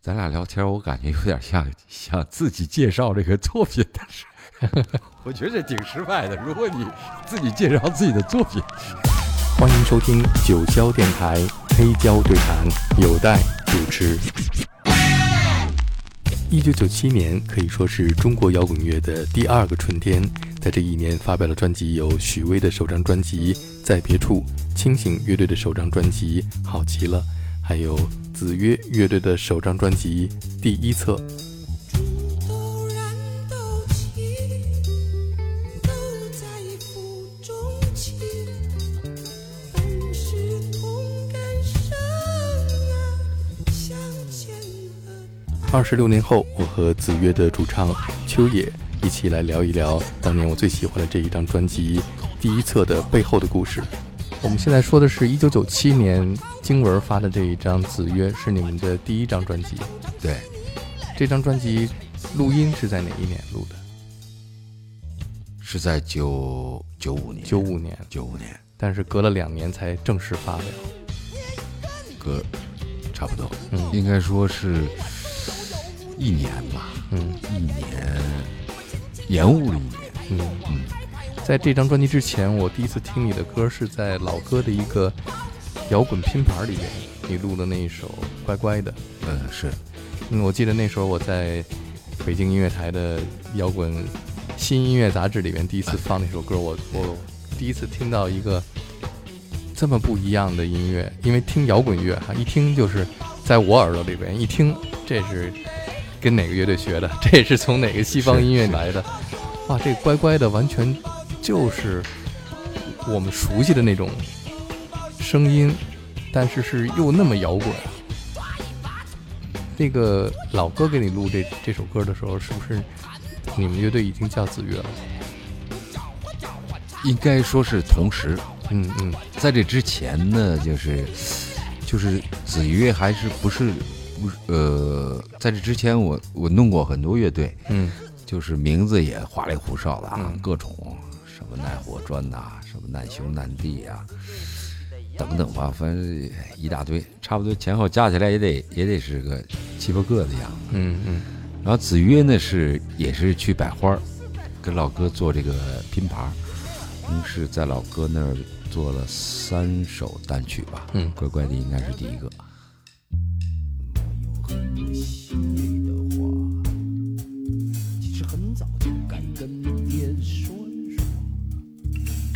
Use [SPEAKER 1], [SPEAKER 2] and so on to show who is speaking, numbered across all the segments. [SPEAKER 1] 咱俩聊天，我感觉有点像想自己介绍这个作品，但 是我觉得这挺失败的。如果你自己介绍自己的作品，
[SPEAKER 2] 欢迎收听九霄电台黑胶对谈，有待主持。一九九七年可以说是中国摇滚乐的第二个春天，在这一年发表了专辑有许巍的首张专辑《在别处》，清醒乐队的首张专辑《好极了》，还有子曰乐队的首张专辑《第一册》。
[SPEAKER 3] 猪头燃豆萁，豆在釜中泣。本是同根生啊，相煎何
[SPEAKER 2] 二十六年后，我和子曰的主唱秋野一起来聊一聊当年我最喜欢的这一张专辑《第一册》的背后的故事。我们现在说的是一九九七年经文发的这一张《子曰》，是你们的第一张专辑。
[SPEAKER 1] 对，
[SPEAKER 2] 这张专辑录音是在哪一年录的？
[SPEAKER 1] 是在九九五年，
[SPEAKER 2] 九五年，
[SPEAKER 1] 九五年，
[SPEAKER 2] 但是隔了两年才正式发表。
[SPEAKER 1] 隔差不多，
[SPEAKER 2] 嗯
[SPEAKER 1] 应该说是一年吧，
[SPEAKER 2] 嗯
[SPEAKER 1] 一年延误了一年。
[SPEAKER 2] 嗯，
[SPEAKER 1] 嗯，
[SPEAKER 2] 在这张专辑之前，我第一次听你的歌是在老哥的一个摇滚拼盘里面，你录的那一首《乖乖的》。
[SPEAKER 1] 嗯是，
[SPEAKER 2] 嗯，我记得那时候我在北京音乐台的摇滚新音乐杂志里面第一次放那首歌，我我第一次听到一个这么不一样的音乐，因为听摇滚乐哈，一听就是在我耳朵里边一听，这是跟哪个乐队学的，这是从哪个西方
[SPEAKER 1] 是
[SPEAKER 2] 音乐
[SPEAKER 1] 是
[SPEAKER 2] 来的，哇，这乖乖的完全就是我们熟悉的那种声音，但是是又那么摇滚。那个老哥给你录这这首歌的时候，是不是你们乐队已经叫子越了？
[SPEAKER 1] 应该说是同时。
[SPEAKER 2] 嗯嗯
[SPEAKER 1] 在这之前呢，就是就是子曰还是不是不是呃，在这之前我我弄过很多乐队，
[SPEAKER 2] 嗯
[SPEAKER 1] 就是名字也花里胡哨的啊，
[SPEAKER 2] 嗯
[SPEAKER 1] 各种什么耐火砖呐、什么难兄难弟啊，等等吧，反正一大堆，差不多前后加起来也得也得是个七八个的样子。
[SPEAKER 2] 嗯嗯
[SPEAKER 1] 然后子曰呢是也是去百花儿，跟老哥做这个拼盘儿，嗯是在老哥那儿做了三首单曲吧，
[SPEAKER 2] 嗯
[SPEAKER 1] 乖乖的应该是第一个。
[SPEAKER 4] 其实很早就该跟爹说一说，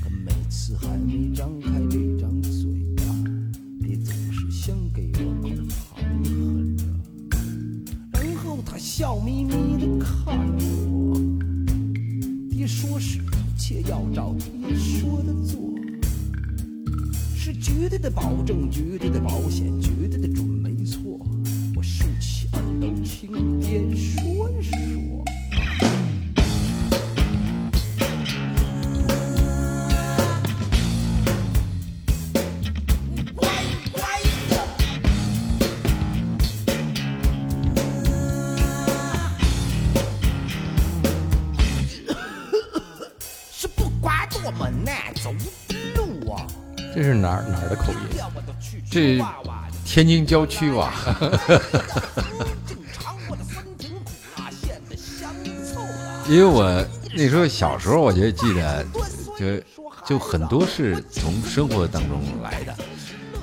[SPEAKER 4] 可每次还没张开这张嘴呀、爹总是先给我口含含着，然后他笑眯眯的看着我。爹说是一切要照爹说的做，是绝对的保证，绝对的保险，绝对的准没错。我竖起耳朵听爹说一说。是不管多么难走的路啊，
[SPEAKER 2] 这是哪儿哪儿的口音？
[SPEAKER 4] 我都去
[SPEAKER 1] 这
[SPEAKER 4] 吃娃娃
[SPEAKER 1] 天津郊区吧，
[SPEAKER 4] 正尝过的酸甜苦辣，现在香凑了。
[SPEAKER 1] 因为我那时候小时候，我就记得就就很多是从生活当中来的，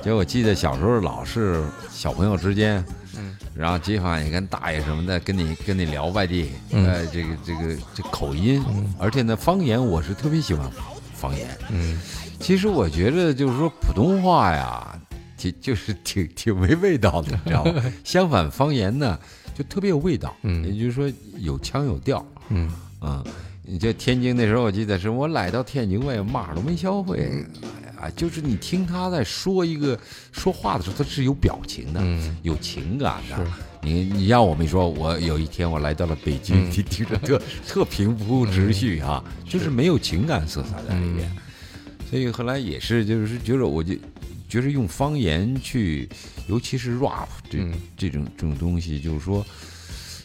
[SPEAKER 1] 就我记得小时候老是小朋友之间，然后街坊也跟大爷什么的跟你跟你聊外地，呃，这个这个这口音，而且呢方言我是特别喜欢方言，
[SPEAKER 2] 嗯，
[SPEAKER 1] 其实我觉得就是说普通话呀，挺就是挺挺没味道的，你知道吗？相反方言呢就特别有味道，
[SPEAKER 2] 嗯
[SPEAKER 1] 也就是说有腔有调，
[SPEAKER 2] 嗯
[SPEAKER 1] 啊、你这天津那时候，我记得是我来到天津，我也嘛都没学
[SPEAKER 2] 嗯
[SPEAKER 1] 会。哎呀，就是你听他在说一个说话的时候，他是有表情的，
[SPEAKER 2] 嗯
[SPEAKER 1] 有情感的
[SPEAKER 2] 是。
[SPEAKER 1] 你你让我没说，我有一天我来到了北京，
[SPEAKER 2] 嗯
[SPEAKER 1] 你听着 特特平铺直叙啊，就是没有情感色彩在里面。
[SPEAKER 2] 嗯
[SPEAKER 1] 所以后来也是，就是觉得我就觉得用方言去，尤其是 rap 这、
[SPEAKER 2] 嗯
[SPEAKER 1] 这种这种东西，就是说，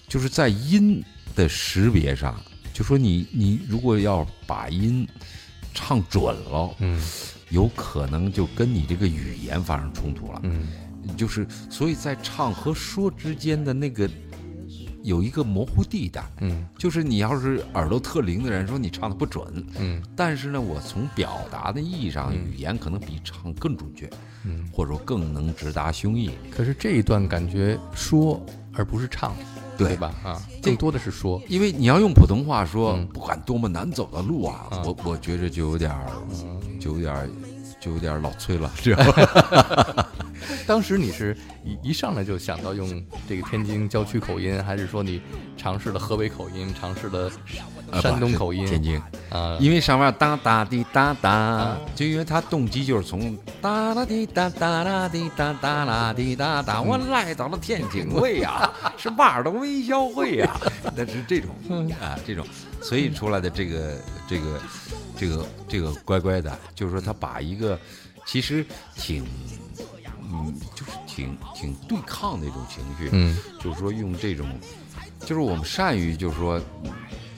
[SPEAKER 1] 就是在音的识别上，就说你你如果要把音唱准了，
[SPEAKER 2] 嗯
[SPEAKER 1] 有可能就跟你这个语言发生冲突了。
[SPEAKER 2] 嗯
[SPEAKER 1] 就是所以在唱和说之间的那个有一个模糊地带，
[SPEAKER 2] 嗯
[SPEAKER 1] 就是你要是耳朵特灵的人，说你唱的不准，
[SPEAKER 2] 嗯
[SPEAKER 1] 但是呢，我从表达的意义上，
[SPEAKER 2] 嗯
[SPEAKER 1] 语言可能比唱更准确，
[SPEAKER 2] 嗯。
[SPEAKER 1] 或者说更能直达胸臆。
[SPEAKER 2] 可是这一段感觉说而不是唱，
[SPEAKER 1] 对
[SPEAKER 2] 吧？啊，
[SPEAKER 1] 这
[SPEAKER 2] 更多的是说，
[SPEAKER 1] 因为你要用普通话说，
[SPEAKER 2] 嗯
[SPEAKER 1] 不管多么难走的路啊，
[SPEAKER 2] 啊嗯
[SPEAKER 1] 我我觉着就有点儿，就有点儿，就有点儿老崔了，知道吧？
[SPEAKER 2] 当时你是一一上来就想到用这个天津郊区口音，还是说你尝试了河北口音，尝试了山东口音？
[SPEAKER 1] 呃天津，
[SPEAKER 2] 啊，
[SPEAKER 1] 因为上面哒哒滴哒哒，就因为他动机就是从哒哒滴哒哒啦滴哒哒啦滴哒哒，我来到了天津卫呀，是瓦尔的微笑会呀，那是这种啊这种，所以出来的这个这个这个这个乖乖的，就是说他把一个其实挺嗯就是挺挺对抗的一种情绪，
[SPEAKER 2] 嗯
[SPEAKER 1] 就是说用这种就是我们善于就是说嗯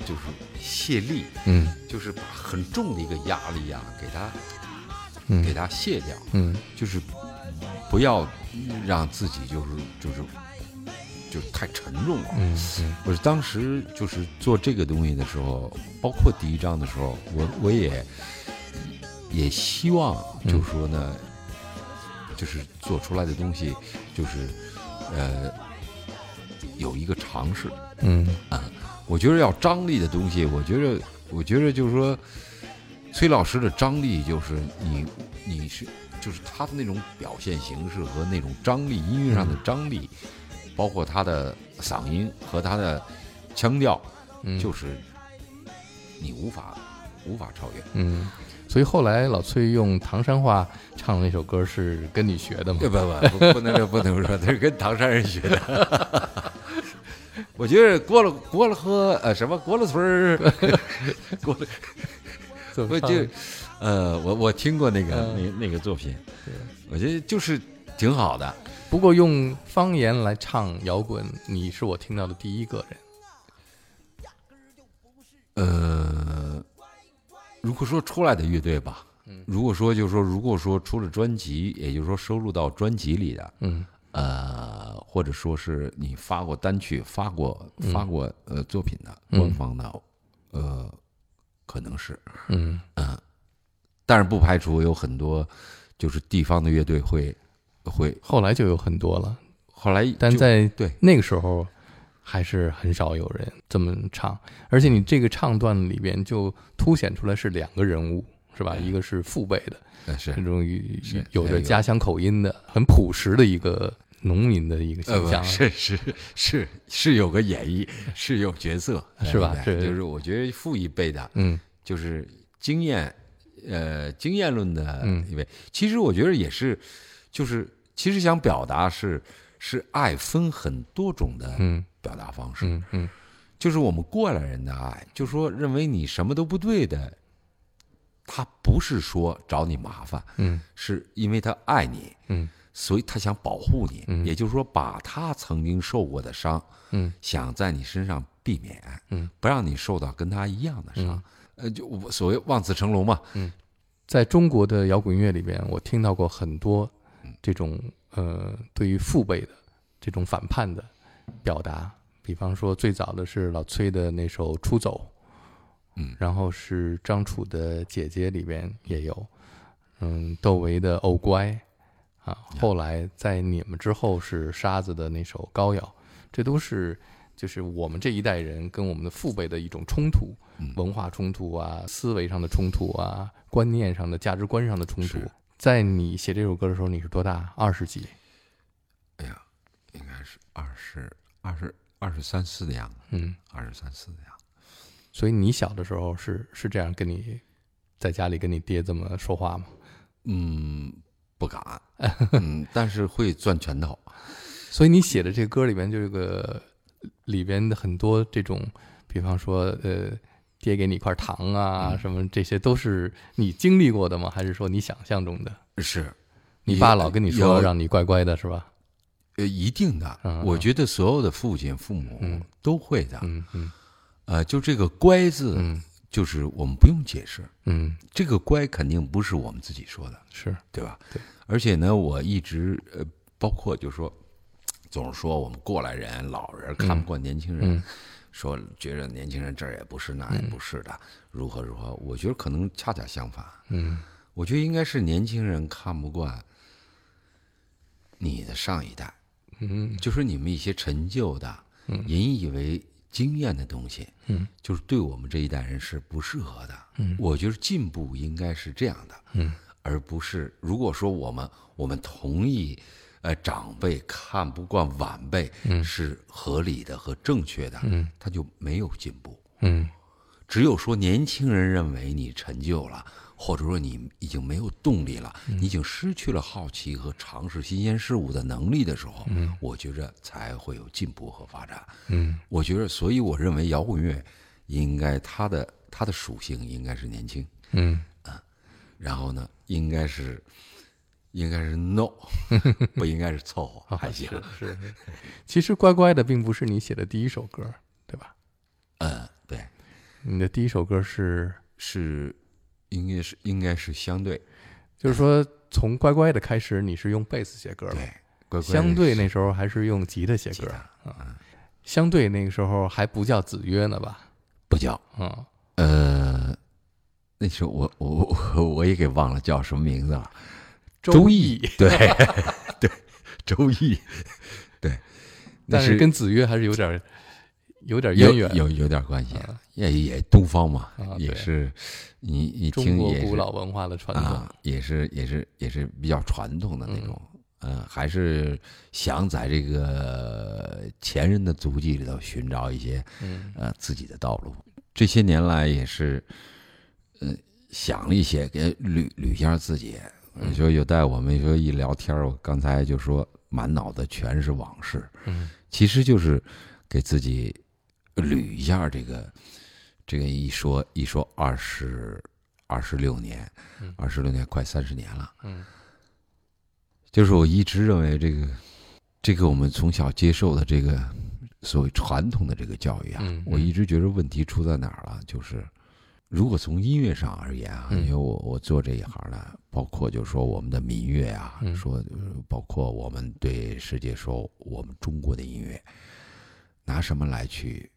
[SPEAKER 1] 就是卸力，
[SPEAKER 2] 嗯
[SPEAKER 1] 就是把很重的一个压力啊，给它给
[SPEAKER 2] 嗯
[SPEAKER 1] 它卸掉，
[SPEAKER 2] 嗯
[SPEAKER 1] 就是不要让自己就是就是就是太沉重了。
[SPEAKER 2] 嗯嗯
[SPEAKER 1] 我是当时就是做这个东西的时候，包括第一章的时候，我我也也希望就是说呢，就是做出来的东西就是呃有一个尝试，
[SPEAKER 2] 嗯
[SPEAKER 1] 我觉得要张力的东西，我觉得，我觉得就是说，崔老师的张力就是你，你是就是他的那种表现形式和那种张力，音乐上的张力，包括他的嗓音和他的腔调，
[SPEAKER 2] 嗯，
[SPEAKER 1] 就是你无法无法超越。
[SPEAKER 2] 嗯。所以后来老崔用唐山话唱的那首歌是跟你学的 嘛？
[SPEAKER 1] 不不不能不能说，他是跟唐山人学的。 我觉得郭了郭了河呃什么郭了村儿， 郭了
[SPEAKER 2] 怎
[SPEAKER 1] 不
[SPEAKER 2] 么唱
[SPEAKER 1] 就
[SPEAKER 2] 的，
[SPEAKER 1] 呃，我我听过那个、
[SPEAKER 2] 嗯
[SPEAKER 1] 那那个作品
[SPEAKER 2] 对，
[SPEAKER 1] 我觉得就是挺好的。
[SPEAKER 2] 不过用方言来唱摇滚，你是我听到的第一个人。
[SPEAKER 1] 呃，如果说出来的乐队吧，
[SPEAKER 2] 嗯
[SPEAKER 1] 如果说就是说，如果说出了专辑，也就是说收录到专辑里的，
[SPEAKER 2] 嗯
[SPEAKER 1] 呃，或者说是你发过单曲、发过发过呃作品的
[SPEAKER 2] 嗯
[SPEAKER 1] 官方的，呃，可能是，
[SPEAKER 2] 嗯
[SPEAKER 1] 但是不排除有很多就是地方的乐队会会
[SPEAKER 2] 后来就有很多了，
[SPEAKER 1] 后来就，
[SPEAKER 2] 但在
[SPEAKER 1] 对
[SPEAKER 2] 那个时候还是很少有人这么唱，而且你这个唱段里边就凸显出来是两个人物，是吧？一个是父辈的
[SPEAKER 1] 呃是
[SPEAKER 2] 这种与
[SPEAKER 1] 是
[SPEAKER 2] 有
[SPEAKER 1] 哎
[SPEAKER 2] 着
[SPEAKER 1] 有
[SPEAKER 2] 家乡口音的、很朴实的一个农民的一个
[SPEAKER 1] 呃，
[SPEAKER 2] 形
[SPEAKER 1] 不
[SPEAKER 2] 象，
[SPEAKER 1] 是是是是有个演绎，是有角色，
[SPEAKER 2] 是吧
[SPEAKER 1] 对
[SPEAKER 2] 是
[SPEAKER 1] 就是我觉得父一辈的，
[SPEAKER 2] 嗯
[SPEAKER 1] 就是经验，呃，经验论的
[SPEAKER 2] 嗯
[SPEAKER 1] 一位，其实我觉得也是，就是其实想表达是是爱分很多种的
[SPEAKER 2] 嗯
[SPEAKER 1] 表达方式，
[SPEAKER 2] 嗯嗯
[SPEAKER 1] 就是我们过来人的爱，就说认为你什么都不对的，他不是说找你麻烦，
[SPEAKER 2] 嗯
[SPEAKER 1] 是因为他爱你，
[SPEAKER 2] 嗯
[SPEAKER 1] 所以他想保护你，
[SPEAKER 2] 嗯
[SPEAKER 1] 也就是说，把他曾经受过的伤，
[SPEAKER 2] 嗯
[SPEAKER 1] 想在你身上避免，
[SPEAKER 2] 嗯，
[SPEAKER 1] 不让你受到跟他一样的伤。呃，就我所谓望子成龙嘛，
[SPEAKER 2] 在中国的摇滚乐里边，我听到过很多这种呃对于父辈的这种反叛的表达，比方说最早的是老崔的那首《出走》，
[SPEAKER 1] 嗯，
[SPEAKER 2] 然后是张楚的《姐姐》里边也有，嗯，窦唯的《哦乖》啊，后来在你们之后是沙子的那首《高谣》，这都是就是我们这一代人跟我们的父辈的一种冲突。
[SPEAKER 1] 嗯
[SPEAKER 2] 文化冲突啊、思维上的冲突啊、观念上的、价值观上的冲突
[SPEAKER 1] 是。
[SPEAKER 2] 在你写这首歌的时候，你是多大？二十几？
[SPEAKER 1] 应该是二十二十二十三四的样子，
[SPEAKER 2] 嗯，
[SPEAKER 1] 二十三四的样子。
[SPEAKER 2] 所以你小的时候是是这样跟你在家里跟你爹这么说话吗？
[SPEAKER 1] 嗯，不 敢，嗯，但是会攥拳头。
[SPEAKER 2] 所以你写的这歌里边，这个里边的很多这种，比方说呃，爹给你一块糖啊，
[SPEAKER 1] 嗯
[SPEAKER 2] 什么这些都是你经历过的吗？还是说你想象中的？
[SPEAKER 1] 是
[SPEAKER 2] 你爸老跟你说
[SPEAKER 1] 有
[SPEAKER 2] 让你乖乖的是吧？
[SPEAKER 1] 呃，一定的
[SPEAKER 2] 嗯，
[SPEAKER 1] 我觉得所有的父亲父母
[SPEAKER 2] 嗯
[SPEAKER 1] 都会的。
[SPEAKER 2] 嗯嗯
[SPEAKER 1] 呃，就这个“乖”字，
[SPEAKER 2] 嗯
[SPEAKER 1] 就是我们不用解释，
[SPEAKER 2] 嗯，
[SPEAKER 1] 这个“乖”肯定不是我们自己说的，
[SPEAKER 2] 是
[SPEAKER 1] 对吧？
[SPEAKER 2] 对。
[SPEAKER 1] 而且呢，我一直呃，包括就说，总是说我们过来人、老人看不惯年轻人，说觉着年轻人这儿也不是那儿也不是的，如何如何？我觉得可能恰恰相反，
[SPEAKER 2] 嗯，
[SPEAKER 1] 我觉得应该是年轻人看不惯你的上一代，
[SPEAKER 2] 嗯，
[SPEAKER 1] 就是你们一些陈旧的、引以为经验的东西，嗯，就是对我们这一代人是不适合的。嗯，我觉得进步应该是这样的，嗯，而不是如果说我们我们同意，呃，长辈看不惯晚辈，嗯，是合理的和正确的，嗯，他就没有进步。
[SPEAKER 2] 嗯
[SPEAKER 1] 只有说年轻人认为你陈旧了，或者说你已经没有动力了，
[SPEAKER 2] 嗯
[SPEAKER 1] 你已经失去了好奇和尝试新鲜事物的能力的时候，我觉着才会有进步和发展。
[SPEAKER 2] 嗯，
[SPEAKER 1] 我觉着，所以我认为摇滚乐应该它的它的属性应该是年轻，啊
[SPEAKER 2] 嗯
[SPEAKER 1] 然后呢，应该是应该是 no，不应该是凑合，还行。
[SPEAKER 2] 啊是。其实乖乖的并不是你写的第一首歌，对吧？
[SPEAKER 1] 嗯，对，
[SPEAKER 2] 你的第一首歌是，
[SPEAKER 1] 是应该是应该是相对
[SPEAKER 2] 就是说从乖乖的开始，你是用贝斯写歌
[SPEAKER 1] 对
[SPEAKER 2] 嘛？，
[SPEAKER 1] 乖乖
[SPEAKER 2] 相
[SPEAKER 1] 是
[SPEAKER 2] 对
[SPEAKER 1] 嗯
[SPEAKER 2] 那时候还是用吉他写歌啊。相对那个时候还不叫子曰呢吧？
[SPEAKER 1] 不叫。
[SPEAKER 2] 嗯，
[SPEAKER 1] 呃，那时候我我我我也给忘了叫什么名字了，
[SPEAKER 2] 周
[SPEAKER 1] 易， 对对，周易，对，那
[SPEAKER 2] 但是跟子曰还是有点儿有点儿渊源。
[SPEAKER 1] 有有有点关系，也也东方嘛，
[SPEAKER 2] 啊
[SPEAKER 1] 也
[SPEAKER 2] 对
[SPEAKER 1] 是你你
[SPEAKER 2] 中
[SPEAKER 1] 听
[SPEAKER 2] 国
[SPEAKER 1] 也
[SPEAKER 2] 古
[SPEAKER 1] 是
[SPEAKER 2] 老文化的传统。
[SPEAKER 1] 啊，也是也是也是比较传统的那种，嗯，还是想在这个前人的足迹里头寻找一些
[SPEAKER 2] 嗯
[SPEAKER 1] 呃自己的道路。这些年来也是，呃，想了一些，给捋捋一下自己。说有带我们说一聊天儿，我刚才就说满脑子全是往事，
[SPEAKER 2] 嗯
[SPEAKER 1] 其实就是给自己捋一下这个这个一说一说二十二十六年，二十六年快三十年了，
[SPEAKER 2] 嗯
[SPEAKER 1] 就是我一直认为这个这个我们从小接受的这个所谓传统的这个教育啊，
[SPEAKER 2] 嗯嗯
[SPEAKER 1] 我一直觉得问题出在哪儿了，就是。如果从音乐上而言啊，
[SPEAKER 2] 嗯
[SPEAKER 1] 因为我我做这一行呢，包括就是说我们的民乐啊，
[SPEAKER 2] 嗯
[SPEAKER 1] 说就是包括我们对世界说我们中国的音乐，拿什么来去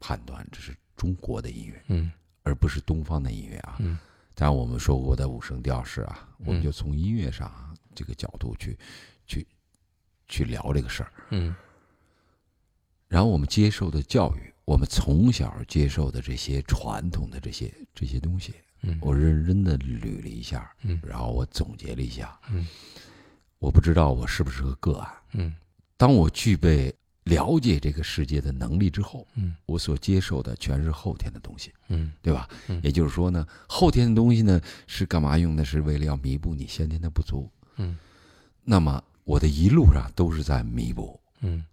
[SPEAKER 1] 判断这是中国的音乐，
[SPEAKER 2] 嗯
[SPEAKER 1] 而不是东方的音乐啊。
[SPEAKER 2] 嗯
[SPEAKER 1] 当然我们说过的五声调式啊，我们
[SPEAKER 2] 嗯
[SPEAKER 1] 就从音乐上啊这个角度去去去聊这个事儿。
[SPEAKER 2] 嗯
[SPEAKER 1] 然后我们接受的教育，我们从小接受的这些传统的这些这些东西，
[SPEAKER 2] 嗯
[SPEAKER 1] 我认真的捋了一下，
[SPEAKER 2] 嗯
[SPEAKER 1] 然后我总结了一下，
[SPEAKER 2] 嗯
[SPEAKER 1] 我不知道我是不是个个案。
[SPEAKER 2] 嗯
[SPEAKER 1] 当我具备了解这个世界的能力之后，
[SPEAKER 2] 嗯
[SPEAKER 1] 我所接受的全是后天的东西，
[SPEAKER 2] 嗯
[SPEAKER 1] 对吧？
[SPEAKER 2] 嗯
[SPEAKER 1] 也就是说呢，后天的东西呢是干嘛用的？是为了要弥补你先天的不足。
[SPEAKER 2] 嗯
[SPEAKER 1] 那么我的一路上都是在弥补，
[SPEAKER 2] 嗯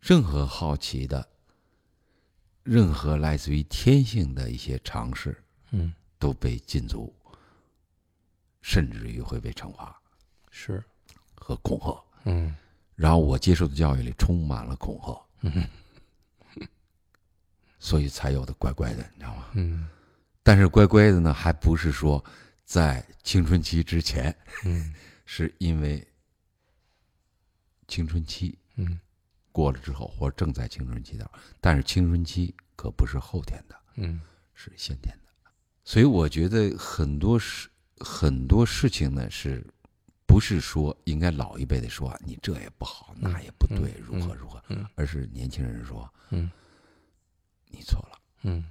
[SPEAKER 1] 任何好奇的，任何来自于天性的一些尝试
[SPEAKER 2] 嗯，
[SPEAKER 1] 都被禁足，甚至于会被惩罚
[SPEAKER 2] 是，
[SPEAKER 1] 和恐吓。
[SPEAKER 2] 嗯
[SPEAKER 1] 然后我接受的教育里充满了恐吓，
[SPEAKER 2] 嗯
[SPEAKER 1] 所以才有的乖乖的，你知道吗？
[SPEAKER 2] 嗯
[SPEAKER 1] 但是乖乖的呢，还不是说在青春期之前，
[SPEAKER 2] 嗯
[SPEAKER 1] 是因为青春期
[SPEAKER 2] 嗯
[SPEAKER 1] 过了之后，或者正在青春期的，但是青春期可不是后天的，
[SPEAKER 2] 嗯
[SPEAKER 1] 是先天的。所以我觉得很多事很多事情呢，是不是说应该老一辈的说你这也不好，那也不对，如何如何，
[SPEAKER 2] 嗯
[SPEAKER 1] 而是年轻人说
[SPEAKER 2] 嗯
[SPEAKER 1] 你错了，
[SPEAKER 2] 嗯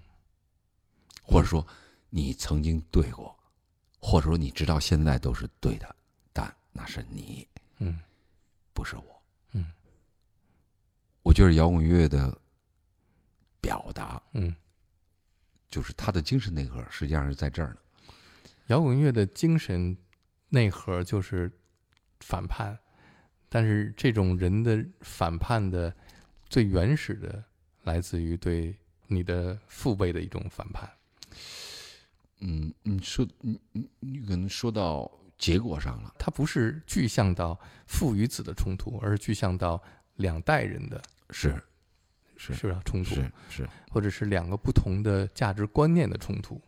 [SPEAKER 1] 或者说你曾经对过，或者说你直到现在都是对的，但那是你，
[SPEAKER 2] 嗯
[SPEAKER 1] 不是我。
[SPEAKER 2] 嗯，
[SPEAKER 1] 我觉得摇滚乐的表达，
[SPEAKER 2] 嗯，
[SPEAKER 1] 就是它的精神内核，实际上是在这儿呢。
[SPEAKER 2] 摇滚乐的精神内核就是反叛，但是这种人的反叛的最原始的来自于对你的父辈的一种反叛。
[SPEAKER 1] 嗯，你说你你你可能说到结果上了，
[SPEAKER 2] 它不是具象到父与子的冲突，而是具象到两代人的
[SPEAKER 1] 是是
[SPEAKER 2] 是吧冲突，
[SPEAKER 1] 是是，
[SPEAKER 2] 或者是两个不同的价值观念的冲突。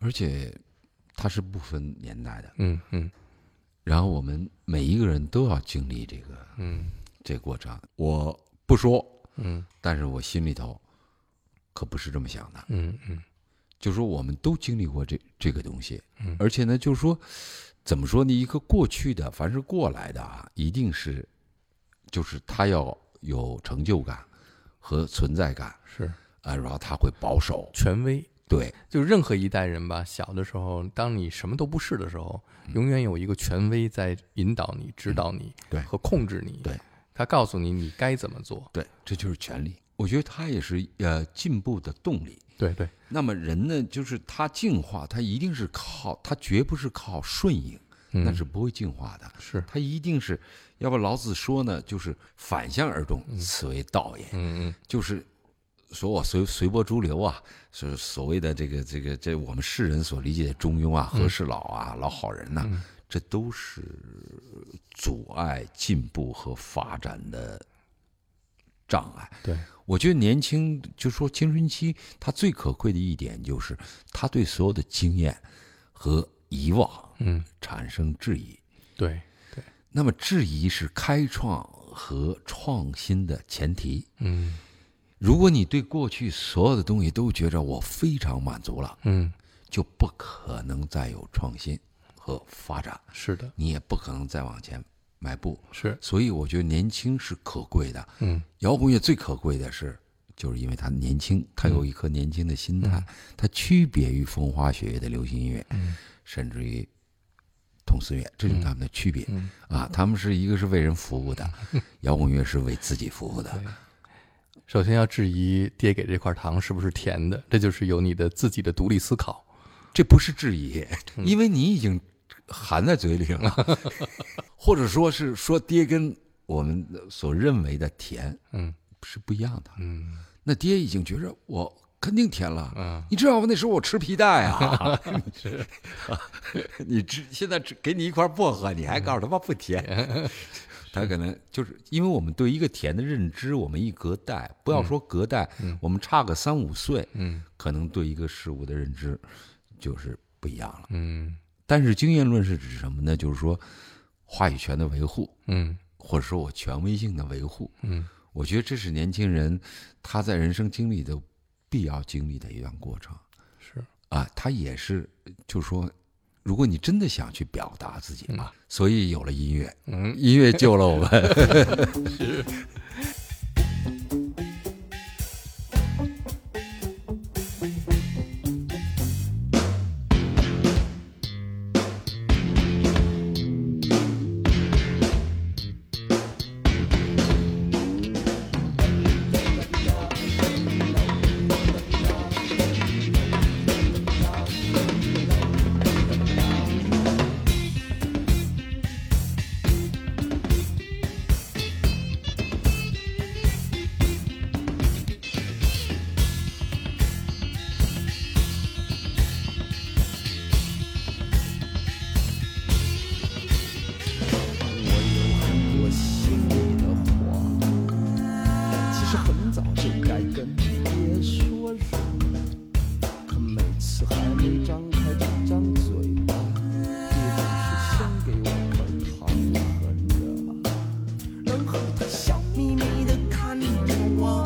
[SPEAKER 1] 而且它是不分年代的。
[SPEAKER 2] 嗯嗯
[SPEAKER 1] 然后我们每一个人都要经历这个
[SPEAKER 2] 嗯
[SPEAKER 1] 这过程。我不说，
[SPEAKER 2] 嗯
[SPEAKER 1] 但是我心里头可不是这么想的。
[SPEAKER 2] 嗯嗯
[SPEAKER 1] 就说我们都经历过这这个东西，
[SPEAKER 2] 嗯
[SPEAKER 1] 而且呢，就是说，怎么说呢？一个过去的，凡是过来的啊，一定是，就是他要有成就感和存在感
[SPEAKER 2] 是
[SPEAKER 1] 啊，然后他会保守，
[SPEAKER 2] 权威。
[SPEAKER 1] 对，
[SPEAKER 2] 就任何一代人吧，小的时候，当你什么都不是的时候，永远有一个权威在引导你、指导你，
[SPEAKER 1] 对
[SPEAKER 2] 和控制你，
[SPEAKER 1] 对，
[SPEAKER 2] 他告诉你你该怎么做，
[SPEAKER 1] 对，这就是权利。我觉得他也是呃进步的动力。
[SPEAKER 2] 对对，
[SPEAKER 1] 那么人呢，就是他进化，他一定是靠，他绝不是靠顺应，
[SPEAKER 2] 嗯
[SPEAKER 1] 那是不会进化的。
[SPEAKER 2] 是，
[SPEAKER 1] 他一定是，要不老子说呢，就是反向而动，此为道也。
[SPEAKER 2] 嗯嗯，
[SPEAKER 1] 就是说我随随波逐流啊，是所谓的这个这个这我们世人所理解的中庸啊、和事佬啊、老好人呐、这都是阻碍进步和发展的障碍。
[SPEAKER 2] 对，
[SPEAKER 1] 我觉得年轻就说青春期，他最可贵的一点就是他对所有的经验和以往
[SPEAKER 2] 嗯
[SPEAKER 1] 产生质疑。
[SPEAKER 2] 对对，
[SPEAKER 1] 那么质疑是开创和创新的前提。
[SPEAKER 2] 嗯
[SPEAKER 1] 如果你对过去所有的东西都觉着我非常满足了，
[SPEAKER 2] 嗯，
[SPEAKER 1] 就不可能再有创新和发展，
[SPEAKER 2] 是的，
[SPEAKER 1] 你也不可能再往前迈步。
[SPEAKER 2] 是，
[SPEAKER 1] 所以我觉得年轻是可贵的。
[SPEAKER 2] 嗯，
[SPEAKER 1] 摇滚乐最可贵的是，就是因为它年轻，它有一颗年轻的心态，它区别于风花雪月的流行音乐，甚至于痛思乐，这就是他们的区别。啊，他们是一个是为人服务的，摇滚乐是为自己服务的。
[SPEAKER 2] 首先要质疑爹给这块糖是不是甜的，这就是有你的自己的独立思考，
[SPEAKER 1] 这不是质疑，
[SPEAKER 2] 嗯
[SPEAKER 1] 因为你已经含在嘴里了， 或者说是说爹跟我们所认为的甜
[SPEAKER 2] 嗯
[SPEAKER 1] 是不一样的。
[SPEAKER 2] 嗯
[SPEAKER 1] 那爹已经觉着我肯定甜了。
[SPEAKER 2] 嗯，
[SPEAKER 1] 你知道吗？那时候我吃皮带 啊， 你吃现在只给你一块薄荷，你还告诉他妈不甜， 他可能就是因为我们对一个甜的认知，我们一隔代，不要说隔代，我们差个三五岁，
[SPEAKER 2] 嗯，
[SPEAKER 1] 可能对一个事物的认知就是不一样了。
[SPEAKER 2] 嗯
[SPEAKER 1] 但是经验论是指什么呢？就是说话语权的维护，
[SPEAKER 2] 嗯
[SPEAKER 1] 或者说我权威性的维护。
[SPEAKER 2] 嗯，
[SPEAKER 1] 我觉得这是年轻人他在人生经历的必要经历的一段过程。
[SPEAKER 2] 是，
[SPEAKER 1] 啊，他也是，就是说，如果你真的想去表达自己嘛，所以有了音乐，
[SPEAKER 2] 嗯，
[SPEAKER 1] 音乐救了我们。
[SPEAKER 4] 我有很多心里的话，其实很早就该跟爹说说，可每次还没张开这张嘴巴，爹总是先给我块糖含着，然后他笑眯眯的看着我，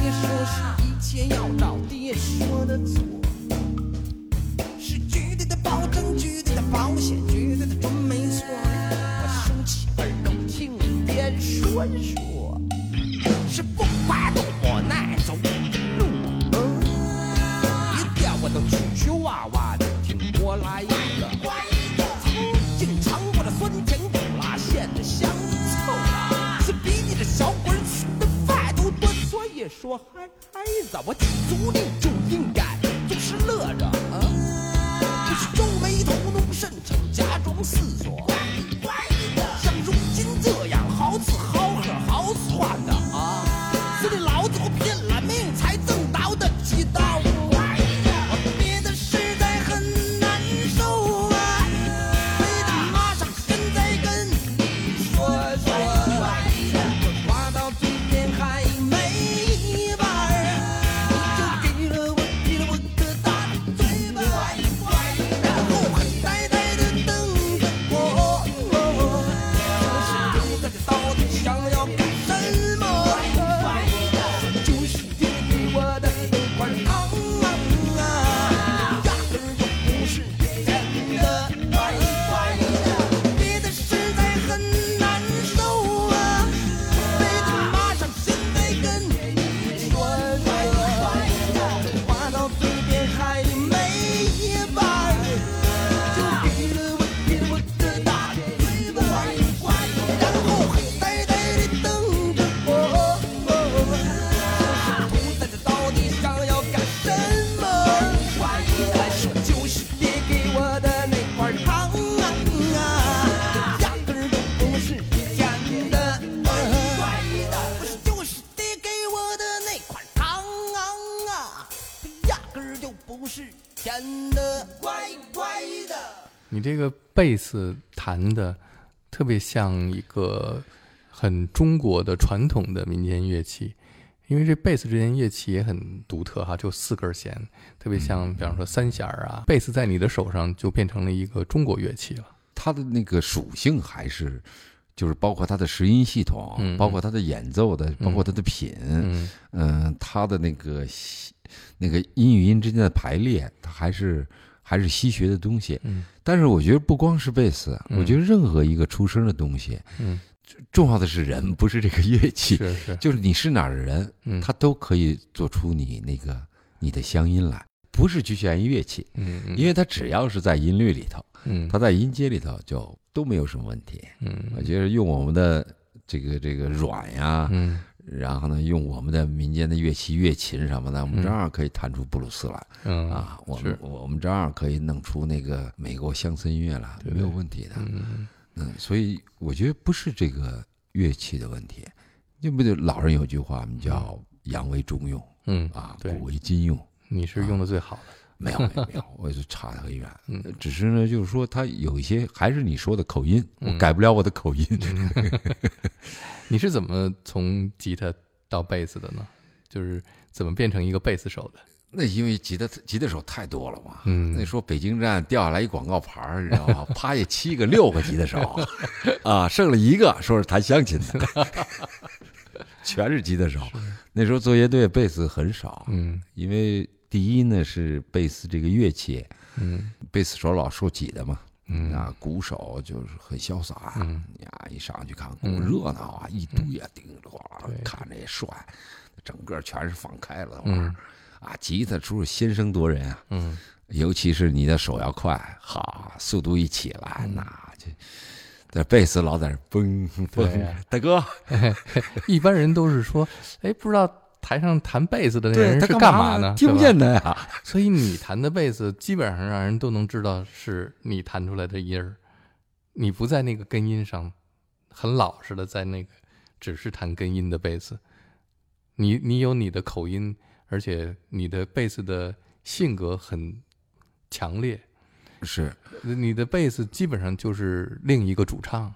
[SPEAKER 4] 爹说是一切要照爹说的做。是绝对的保证，绝对的保险，绝对的准没错。我竖起耳朵听别人说说，是不怕的我耐走路。别掉我的曲曲哇哇的，听我来一个。曾经尝过的酸甜苦辣，现在香臭了。是比你这小鬼死的态度多，所以说孩孩子，我足力就应该总是乐着啊。就是皱眉头弄甚愁，假装思索。像如今这样好吃好喝好酸的啊，所以老子我拼了命才挣到的几刀。我憋得实在很难受啊，非得马上现在跟你说说。我话到嘴边还没一半儿。你就给了我，给了我个大嘴巴，然后很呆呆的瞪着我。
[SPEAKER 2] 你这个贝斯弹的特别像一个很中国的传统的民间乐器，因为这贝斯这件乐器也很独特哈，就四根弦，特别
[SPEAKER 1] 嗯
[SPEAKER 2] 像比方说三弦儿啊，贝斯在你的手上就变成了一个中国乐器了。
[SPEAKER 1] 它的那个属性还是，就是包括它的拾音系统，
[SPEAKER 2] 嗯
[SPEAKER 1] 包括它的演奏的，包括它的品，
[SPEAKER 2] 嗯，
[SPEAKER 1] 嗯、它的那个西那个音与音之间的排列，它还是还是西学的东西。
[SPEAKER 2] 嗯，
[SPEAKER 1] 但是我觉得不光是贝斯，啊
[SPEAKER 2] 嗯
[SPEAKER 1] 我觉得任何一个出声的东西，
[SPEAKER 2] 嗯，
[SPEAKER 1] 重要的是人，不是这个乐器。
[SPEAKER 2] 是是，
[SPEAKER 1] 就是你是哪儿的人，
[SPEAKER 2] 嗯
[SPEAKER 1] 他都可以做出你那个你的乡音来，不是局限于乐器，
[SPEAKER 2] 嗯嗯，
[SPEAKER 1] 因为它只要是在音律里头，
[SPEAKER 2] 嗯
[SPEAKER 1] 它在音阶里头就都没有什么问题。
[SPEAKER 2] 嗯
[SPEAKER 1] 我觉得用我们的这个这个软呀，
[SPEAKER 2] 嗯
[SPEAKER 1] 然后呢，用我们的民间的乐器乐琴什么的，我们照样可以弹出布鲁斯来
[SPEAKER 2] 嗯
[SPEAKER 1] 啊，我们
[SPEAKER 2] 是
[SPEAKER 1] 我们照样可以弄出那个美国乡村音乐来，没有问题的。
[SPEAKER 2] 嗯
[SPEAKER 1] 嗯，所以我觉得不是这个乐器的问题，那不就老人有句话嘛，叫“洋为中用
[SPEAKER 2] 嗯”
[SPEAKER 1] 啊，
[SPEAKER 2] 对
[SPEAKER 1] 古为今用。
[SPEAKER 2] 你是用的最好的，
[SPEAKER 1] 没有没有没有，我就差得很远。只是呢，就是说他有一些还是你说的口音，我改不了我的口音。
[SPEAKER 2] 你是怎么从吉他到贝斯的呢？就是怎么变成一个贝斯手的？
[SPEAKER 1] 那因为吉他吉他手太多了嘛，
[SPEAKER 2] 嗯
[SPEAKER 1] 那时候北京站掉下来一广告牌儿，你知道吗？ 趴下七个六个吉他手， 啊，剩了一个说是弹乡琴的，全是吉他手。那时候做乐队贝斯很少，
[SPEAKER 2] 嗯
[SPEAKER 1] 因为第一呢是贝斯这个乐器，
[SPEAKER 2] 嗯
[SPEAKER 1] 贝斯手老受挤的嘛，
[SPEAKER 2] 嗯
[SPEAKER 1] 啊，鼓手就是很潇洒啊，
[SPEAKER 2] 嗯
[SPEAKER 1] 呀一上去看鼓
[SPEAKER 2] 嗯
[SPEAKER 1] 热闹啊，一堆啊，叮着咣
[SPEAKER 2] 对
[SPEAKER 1] 看着也帅，整个全是放开了的玩
[SPEAKER 2] 嗯
[SPEAKER 1] 儿啊，吉他出是先声夺人啊，
[SPEAKER 2] 嗯
[SPEAKER 1] 尤其是你的手要快，哈，速度一起来，
[SPEAKER 2] 嗯
[SPEAKER 1] 那就。这贝斯老在那儿蹦
[SPEAKER 2] 对啊
[SPEAKER 1] 蹦，大哥，
[SPEAKER 2] 一般人都是说，哎，不知道台上弹贝斯的那
[SPEAKER 1] 对
[SPEAKER 2] 人
[SPEAKER 1] 他
[SPEAKER 2] 是干
[SPEAKER 1] 嘛
[SPEAKER 2] 呢？
[SPEAKER 1] 听不
[SPEAKER 2] 对吧
[SPEAKER 1] 见他呀。
[SPEAKER 2] 所以你弹的贝斯基本上让人都能知道是你弹出来的音儿，你不在那个根音上，很老实的在那个只是弹根音的贝斯，你你有你的口音，而且你的贝斯的性格很强烈，
[SPEAKER 1] 是，
[SPEAKER 2] 你的贝斯基本上就是另一个主唱，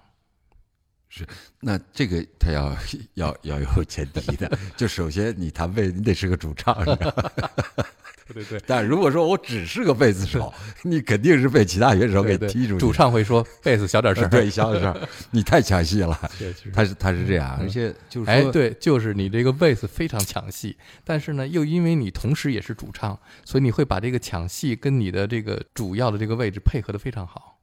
[SPEAKER 1] 那这个他要要要有前提的， 就首先你弹贝，你得是个主唱。是吧
[SPEAKER 2] 对对
[SPEAKER 1] 但如果说我只是个贝斯手，你肯定是被其他乐手给
[SPEAKER 2] 对对，
[SPEAKER 1] 踢出去。
[SPEAKER 2] 主唱会说贝斯小点
[SPEAKER 1] 是
[SPEAKER 2] 声，
[SPEAKER 1] 对，小点声，你太抢戏了。
[SPEAKER 2] 确实
[SPEAKER 1] 他是他是这样，而且就是说，
[SPEAKER 2] 哎，对，就是你这个贝斯非常抢戏，但是呢，又因为你同时也是主唱，所以你会把这个抢戏跟你的这个主要的这个位置配合的非常好。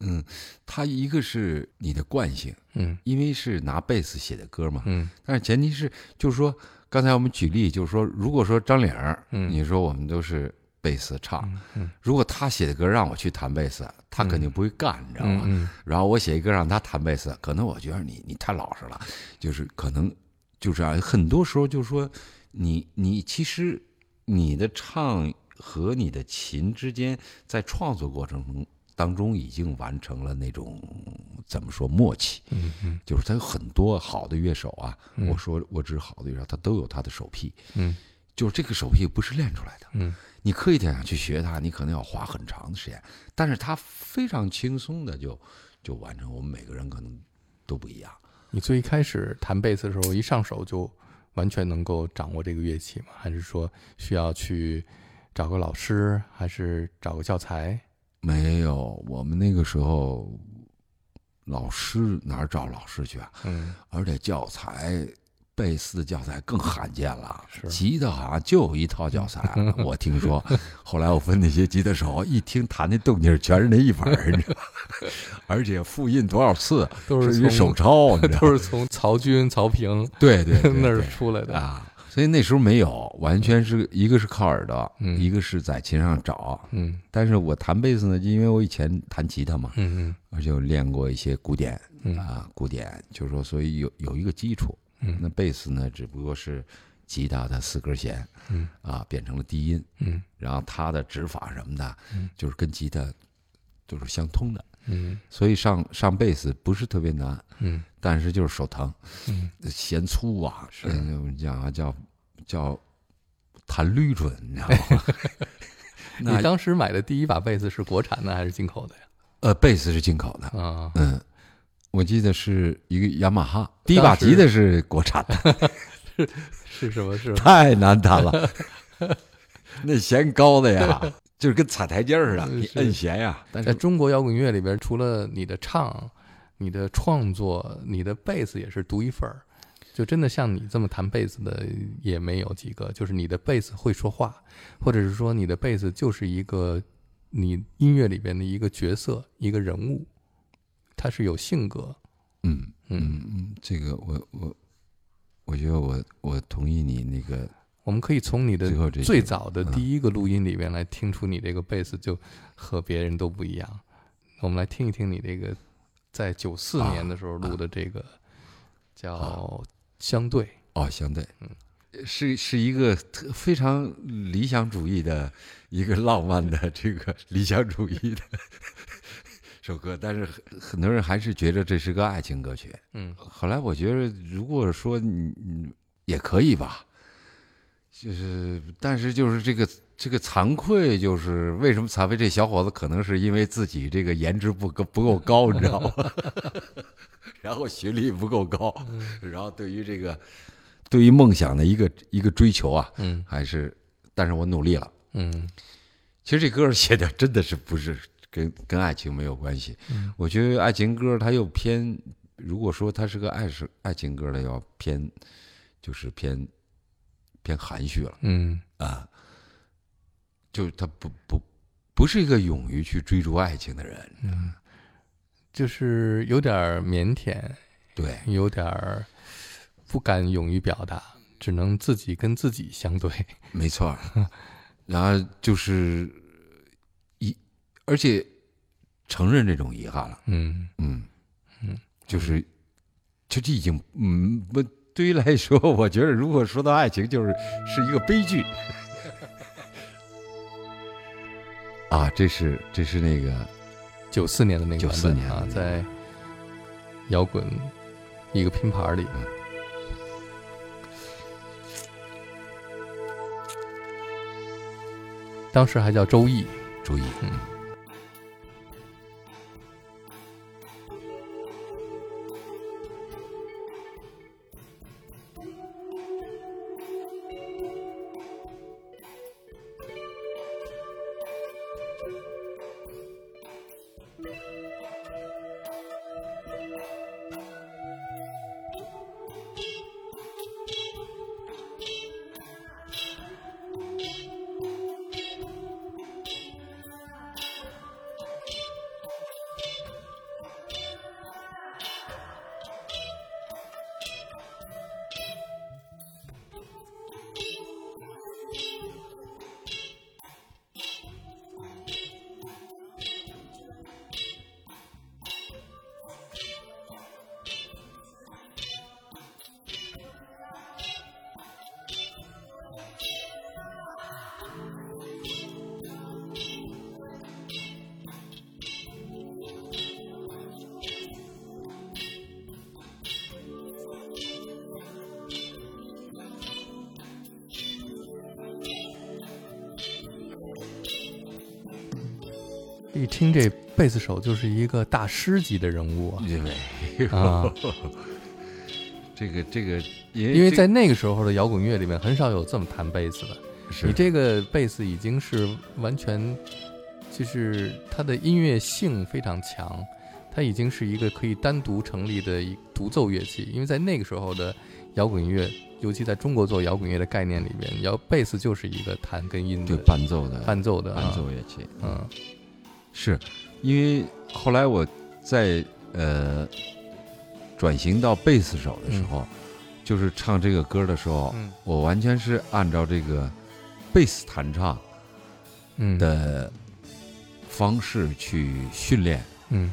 [SPEAKER 1] 嗯，他一个是你的惯性，
[SPEAKER 2] 嗯
[SPEAKER 1] 因为是拿贝斯写的歌嘛，
[SPEAKER 2] 嗯
[SPEAKER 1] 但是前提是，就是说，刚才我们举例，就是说，如果说张领儿，
[SPEAKER 2] 嗯
[SPEAKER 1] 你说我们都是贝斯唱，
[SPEAKER 2] 嗯
[SPEAKER 1] 如果他写的歌让我去弹贝斯，他肯定不会干，你知道吗？
[SPEAKER 2] 嗯
[SPEAKER 1] 然后我写一歌让他弹贝斯，可能我觉得你你太老实了，就是可能就这样。很多时候就是说，你你其实你的唱和你的琴之间，在创作过程中当中已经完成了那种怎么说默契，
[SPEAKER 2] 嗯嗯
[SPEAKER 1] 就是他有很多好的乐手啊，我说我指好的乐手，他都有他的手癖，
[SPEAKER 2] 嗯
[SPEAKER 1] 就是这个手癖不是练出来的，
[SPEAKER 2] 嗯
[SPEAKER 1] 你刻意点想去学它，你可能要花很长的时间，但是它非常轻松的就就完成。我们每个人可能都不一样，
[SPEAKER 2] 你最一开始弹贝斯的时候，一上手就完全能够掌握这个乐器吗？还是说需要去找个老师，还是找个教材？
[SPEAKER 1] 没有我们那个时候老师哪儿找老师去啊？
[SPEAKER 2] 嗯
[SPEAKER 1] 而且教材。贝斯的教材更罕见了，
[SPEAKER 2] 是
[SPEAKER 1] 吉他好像就有一套教材， 我听说。后来我问那些吉他手，一听弹那动静，全是那一本儿，你知道吗？ 而且复印多少次，
[SPEAKER 2] 都是
[SPEAKER 1] 一
[SPEAKER 2] 从
[SPEAKER 1] 手抄，你知道 吗？
[SPEAKER 2] 都是从曹军、曹平
[SPEAKER 1] 对对对，
[SPEAKER 2] 那儿
[SPEAKER 1] 对
[SPEAKER 2] 出来的。
[SPEAKER 1] 啊，所以那时候没有，完全是一个是靠耳朵，
[SPEAKER 2] 嗯
[SPEAKER 1] 一个是在琴上找。
[SPEAKER 2] 嗯
[SPEAKER 1] 但是我弹贝斯呢，就因为我以前弹吉他嘛，
[SPEAKER 2] 嗯
[SPEAKER 1] 而且我练过一些古典
[SPEAKER 2] 嗯
[SPEAKER 1] 啊，古典，就是说，所以有有一个基础。
[SPEAKER 2] 嗯
[SPEAKER 1] 那贝斯呢，只不过是吉他的四根弦，
[SPEAKER 2] 嗯
[SPEAKER 1] 啊，变成了低音，
[SPEAKER 2] 嗯
[SPEAKER 1] 然后它的指法什么的，就是跟吉他都是相通的，
[SPEAKER 2] 嗯
[SPEAKER 1] 所以上上贝斯不是特别难。
[SPEAKER 2] 嗯
[SPEAKER 1] 但是就是手疼，
[SPEAKER 2] 嗯，
[SPEAKER 1] 嫌粗啊，是我们讲啊，叫叫弹绿准， 你知道吗？
[SPEAKER 2] 你当时买的第一把贝斯是国产的还是进口的呀？
[SPEAKER 1] 呃，贝斯是进口的，
[SPEAKER 2] 啊，
[SPEAKER 1] 嗯，我记得是一个雅马哈，第一把吉的是国产 的，
[SPEAKER 2] 是什么是
[SPEAKER 1] 太难弹 了，那弦高的呀，就是跟踩台阶儿似的，你摁弦呀，但
[SPEAKER 2] 在
[SPEAKER 1] 是
[SPEAKER 2] 中国摇滚乐里边，除了你的唱、你的创作、你的贝斯也是独一份儿，就真的像你这么弹贝斯的也没有几个。就是你的贝斯会说话，或者是说你的贝斯就是一个你音乐里边的一个角色、一个人物，他是有性格。
[SPEAKER 1] 嗯
[SPEAKER 2] 嗯，
[SPEAKER 1] 嗯嗯，这个我我我觉得我我同意你那个，
[SPEAKER 2] 我们可以从你的
[SPEAKER 1] 最后这一
[SPEAKER 2] 最
[SPEAKER 1] 句
[SPEAKER 2] 早的第一个录音里边来听出你这个贝斯就和别人都不一样。我们来听一听你这个在九四
[SPEAKER 1] 啊
[SPEAKER 2] 年的时候录的这个叫《相对》，
[SPEAKER 1] 哦，相对，是是一个特非常理想主义的一个浪漫的这个理想主义的首歌，但是很很多人还是觉得这是个爱情歌曲。
[SPEAKER 2] 嗯，
[SPEAKER 1] 后来我觉得，如果说你你也可以吧，就是但是就是这个这个惭愧，就是为什么惭愧？这小伙子可能是因为自己这个颜值不够不够高，你知道吗？ 然后学历不够高，然后对于这个对于梦想的一个一个追求啊，
[SPEAKER 2] 嗯
[SPEAKER 1] 还是但是我努力了。
[SPEAKER 2] 嗯
[SPEAKER 1] 其实这歌写的真的是不是跟跟爱情没有关系。我觉得爱情歌它又偏，如果说它是个爱是爱情歌的，要偏就是偏偏含蓄了，啊
[SPEAKER 2] 嗯
[SPEAKER 1] 就是他不不不是一个勇于去追逐爱情的人。
[SPEAKER 2] 就是有点儿腼腆，
[SPEAKER 1] 对，
[SPEAKER 2] 有点儿不敢勇于表达，只能自己跟自己相对。
[SPEAKER 1] 没错儿。然后就是遗，而且承认这种遗憾了。
[SPEAKER 2] 嗯
[SPEAKER 1] 嗯，就是，就这已经，嗯，不，对于来说，我觉得如果说到爱情，就是是一个悲剧。啊，这是这是那个
[SPEAKER 2] 九四年的那个版
[SPEAKER 1] 94
[SPEAKER 2] 本
[SPEAKER 1] 年
[SPEAKER 2] 啊
[SPEAKER 1] 的，
[SPEAKER 2] 在摇滚一个拼盘儿里。当时还叫周易，
[SPEAKER 1] 注意，
[SPEAKER 2] 嗯一听这贝斯手就是一个大师级的人物啊！
[SPEAKER 1] 因为
[SPEAKER 2] 啊
[SPEAKER 1] 这个这个，因为
[SPEAKER 2] 因为
[SPEAKER 1] 这
[SPEAKER 2] 在那个时候的摇滚乐里面，很少有这么弹贝斯的。
[SPEAKER 1] 是
[SPEAKER 2] 你这个贝斯已经是完全，就是它的音乐性非常强，它已经是一个可以单独成立的一独奏乐器。因为在那个时候的摇滚乐，尤其在中国做摇滚乐的概念里边，摇贝斯就是一个弹跟音
[SPEAKER 1] 对
[SPEAKER 2] 的
[SPEAKER 1] 伴奏的
[SPEAKER 2] 伴奏的啊
[SPEAKER 1] 伴奏乐器，
[SPEAKER 2] 嗯
[SPEAKER 1] 是因为后来我在呃转型到贝斯手的时候，就是唱这个歌的时候，
[SPEAKER 2] 嗯
[SPEAKER 1] 我完全是按照这个贝斯弹唱
[SPEAKER 2] 嗯
[SPEAKER 1] 的方式去训练，
[SPEAKER 2] 嗯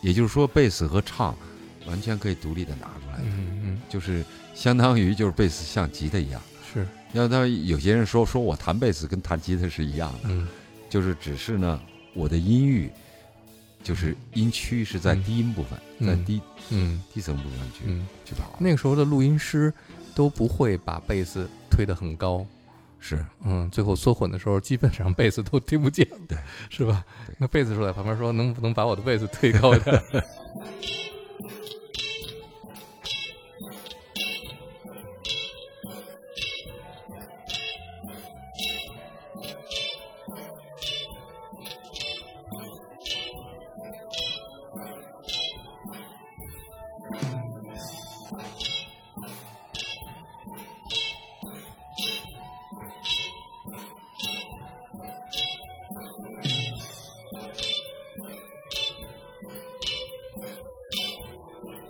[SPEAKER 1] 也就是说，贝斯和唱完全可以独立的拿出来，
[SPEAKER 2] 嗯嗯
[SPEAKER 1] 就是相当于就是贝斯像吉他一样。
[SPEAKER 2] 是
[SPEAKER 1] 要他有些人说说我弹贝斯跟弹吉他是一样的，
[SPEAKER 2] 嗯
[SPEAKER 1] 就是只是呢，我的音域，就是音区是在
[SPEAKER 2] 嗯
[SPEAKER 1] 低音部分，
[SPEAKER 2] 嗯
[SPEAKER 1] 在低
[SPEAKER 2] 嗯
[SPEAKER 1] 低层部分去、
[SPEAKER 2] 嗯，
[SPEAKER 1] 去跑。啊
[SPEAKER 2] 那个时候的录音师都不会把贝斯推得很高，
[SPEAKER 1] 是
[SPEAKER 2] 嗯，最后缩混的时候，基本上贝斯都听不见，
[SPEAKER 1] 对，
[SPEAKER 2] 是吧？那贝斯手在旁边说：“能不能把我的贝斯推高一 点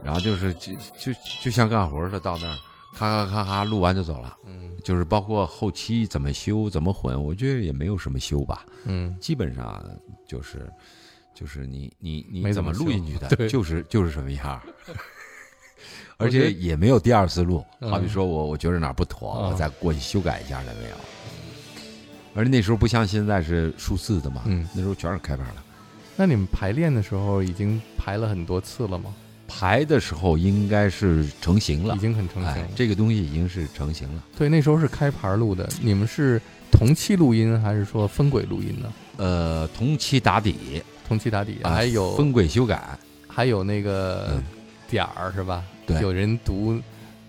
[SPEAKER 1] 然后就是就就就像干活似的，到那儿咔咔咔咔录完就走了。嗯，就是包括后期怎么修、怎么混，我觉得也没有什么修吧，？”
[SPEAKER 2] 嗯，
[SPEAKER 1] 基本上就是就是你你你
[SPEAKER 2] 没怎
[SPEAKER 1] 怎
[SPEAKER 2] 么
[SPEAKER 1] 么
[SPEAKER 2] 修
[SPEAKER 1] 录进去的，
[SPEAKER 2] 对
[SPEAKER 1] 就是就是什么样 儿。
[SPEAKER 2] 我
[SPEAKER 1] 而
[SPEAKER 2] 觉得
[SPEAKER 1] 且也没有第二次录，
[SPEAKER 2] 嗯
[SPEAKER 1] 好比说我我觉得哪儿不妥，
[SPEAKER 2] 啊
[SPEAKER 1] 我再过去修改一下了没有。而且那时候不像现在是数字的嘛，
[SPEAKER 2] 嗯
[SPEAKER 1] 那时候全是开盘的。
[SPEAKER 2] 那你们排练的时候已经排了很多次了吗？
[SPEAKER 1] 排的时候应该是成型了
[SPEAKER 2] 已，经很成型
[SPEAKER 1] 哎
[SPEAKER 2] 了。，
[SPEAKER 1] 这个东西已经是成型了。
[SPEAKER 2] 对，那时候是开盘录的。你们是同期录音还是说分轨录音呢？
[SPEAKER 1] 呃，同期打底，
[SPEAKER 2] 同期打底，
[SPEAKER 1] 啊
[SPEAKER 2] 还有
[SPEAKER 1] 分轨修改，
[SPEAKER 2] 还有那个
[SPEAKER 1] 嗯
[SPEAKER 2] 点儿是吧？
[SPEAKER 1] 对
[SPEAKER 2] 有人读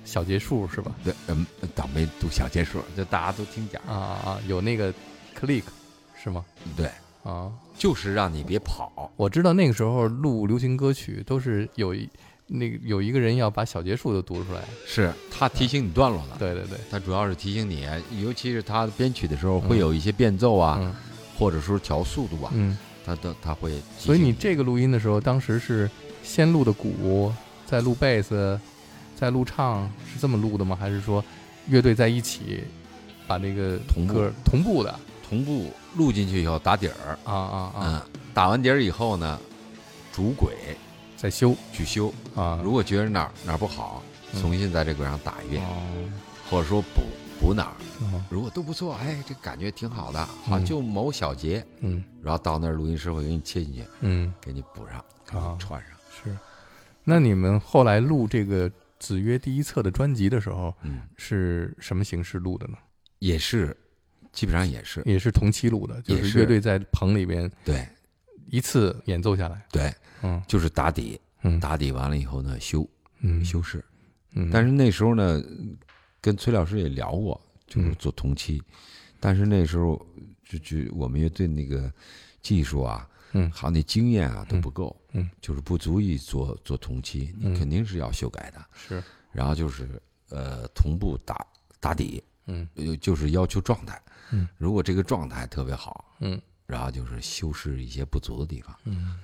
[SPEAKER 2] 小节数是吧？
[SPEAKER 1] 对，嗯，倒没读小结束，就大家都听点
[SPEAKER 2] 啊
[SPEAKER 1] 儿。
[SPEAKER 2] 啊，有那个 click 是吗？
[SPEAKER 1] 对，
[SPEAKER 2] 啊，
[SPEAKER 1] 就是让你别跑，
[SPEAKER 2] 我知道那个时候录流行歌曲都是有一那个有一个人要把小节数都读出来。
[SPEAKER 1] 是他提醒你段落了。
[SPEAKER 2] 对对对，
[SPEAKER 1] 他主要是提醒你，尤其是他编曲的时候
[SPEAKER 2] 嗯
[SPEAKER 1] 会有一些变奏啊，
[SPEAKER 2] 嗯
[SPEAKER 1] 或者说调速度啊，
[SPEAKER 2] 嗯，
[SPEAKER 1] 他都他会提醒。
[SPEAKER 2] 所以你这个录音的时候，当时是先录的鼓，再录贝斯，再录唱，是这么录的吗？还是说乐队在一起把这个
[SPEAKER 1] 同步
[SPEAKER 2] 歌同步的？
[SPEAKER 1] 同步录进去以后打底儿，
[SPEAKER 2] 啊啊啊！
[SPEAKER 1] 嗯，打完底儿以后呢，主轨
[SPEAKER 2] 再修
[SPEAKER 1] 去修。
[SPEAKER 2] 啊。
[SPEAKER 1] 如果觉得哪儿哪儿不好，
[SPEAKER 2] 嗯
[SPEAKER 1] 重新在这轨上打一遍，
[SPEAKER 2] 哦
[SPEAKER 1] 或者说补补哪儿。
[SPEAKER 2] 哦
[SPEAKER 1] 如果都不错，哎，这感觉挺好的，好、
[SPEAKER 2] 嗯
[SPEAKER 1] 就某小节，
[SPEAKER 2] 嗯
[SPEAKER 1] 然后到那儿录音师会给你切进去，
[SPEAKER 2] 嗯，
[SPEAKER 1] 给你补上，给
[SPEAKER 2] 啊
[SPEAKER 1] 你串上。
[SPEAKER 2] 是。那你们后来录这个《子曰》第一册的专辑的时候，
[SPEAKER 1] 嗯，
[SPEAKER 2] 是什么形式录的呢？
[SPEAKER 1] 也是，基本上也是，
[SPEAKER 2] 也是同期录的，就
[SPEAKER 1] 也
[SPEAKER 2] 是
[SPEAKER 1] 是
[SPEAKER 2] 乐队在棚里边
[SPEAKER 1] 对
[SPEAKER 2] 一次演奏下来。
[SPEAKER 1] 对，
[SPEAKER 2] 嗯
[SPEAKER 1] 就是打底，
[SPEAKER 2] 嗯
[SPEAKER 1] 打底完了以后呢，修
[SPEAKER 2] 嗯
[SPEAKER 1] 修饰。
[SPEAKER 2] 嗯，
[SPEAKER 1] 但
[SPEAKER 2] 是
[SPEAKER 1] 是那时候呢，跟崔老师也聊过，就是
[SPEAKER 2] 嗯
[SPEAKER 1] 做同期，但是那时候就就我们乐队那个技术啊，
[SPEAKER 2] 嗯
[SPEAKER 1] 还有那经验啊都不够，
[SPEAKER 2] 嗯
[SPEAKER 1] 就是不足以做做同期，
[SPEAKER 2] 嗯
[SPEAKER 1] 你肯定是要修改的。
[SPEAKER 2] 是
[SPEAKER 1] 然后就是呃同步打打底，
[SPEAKER 2] 嗯
[SPEAKER 1] 呃就是要求状态，
[SPEAKER 2] 嗯，
[SPEAKER 1] 如果这个状态特别好，
[SPEAKER 2] 嗯
[SPEAKER 1] 然后就是修饰一些不足的地方，
[SPEAKER 2] 嗯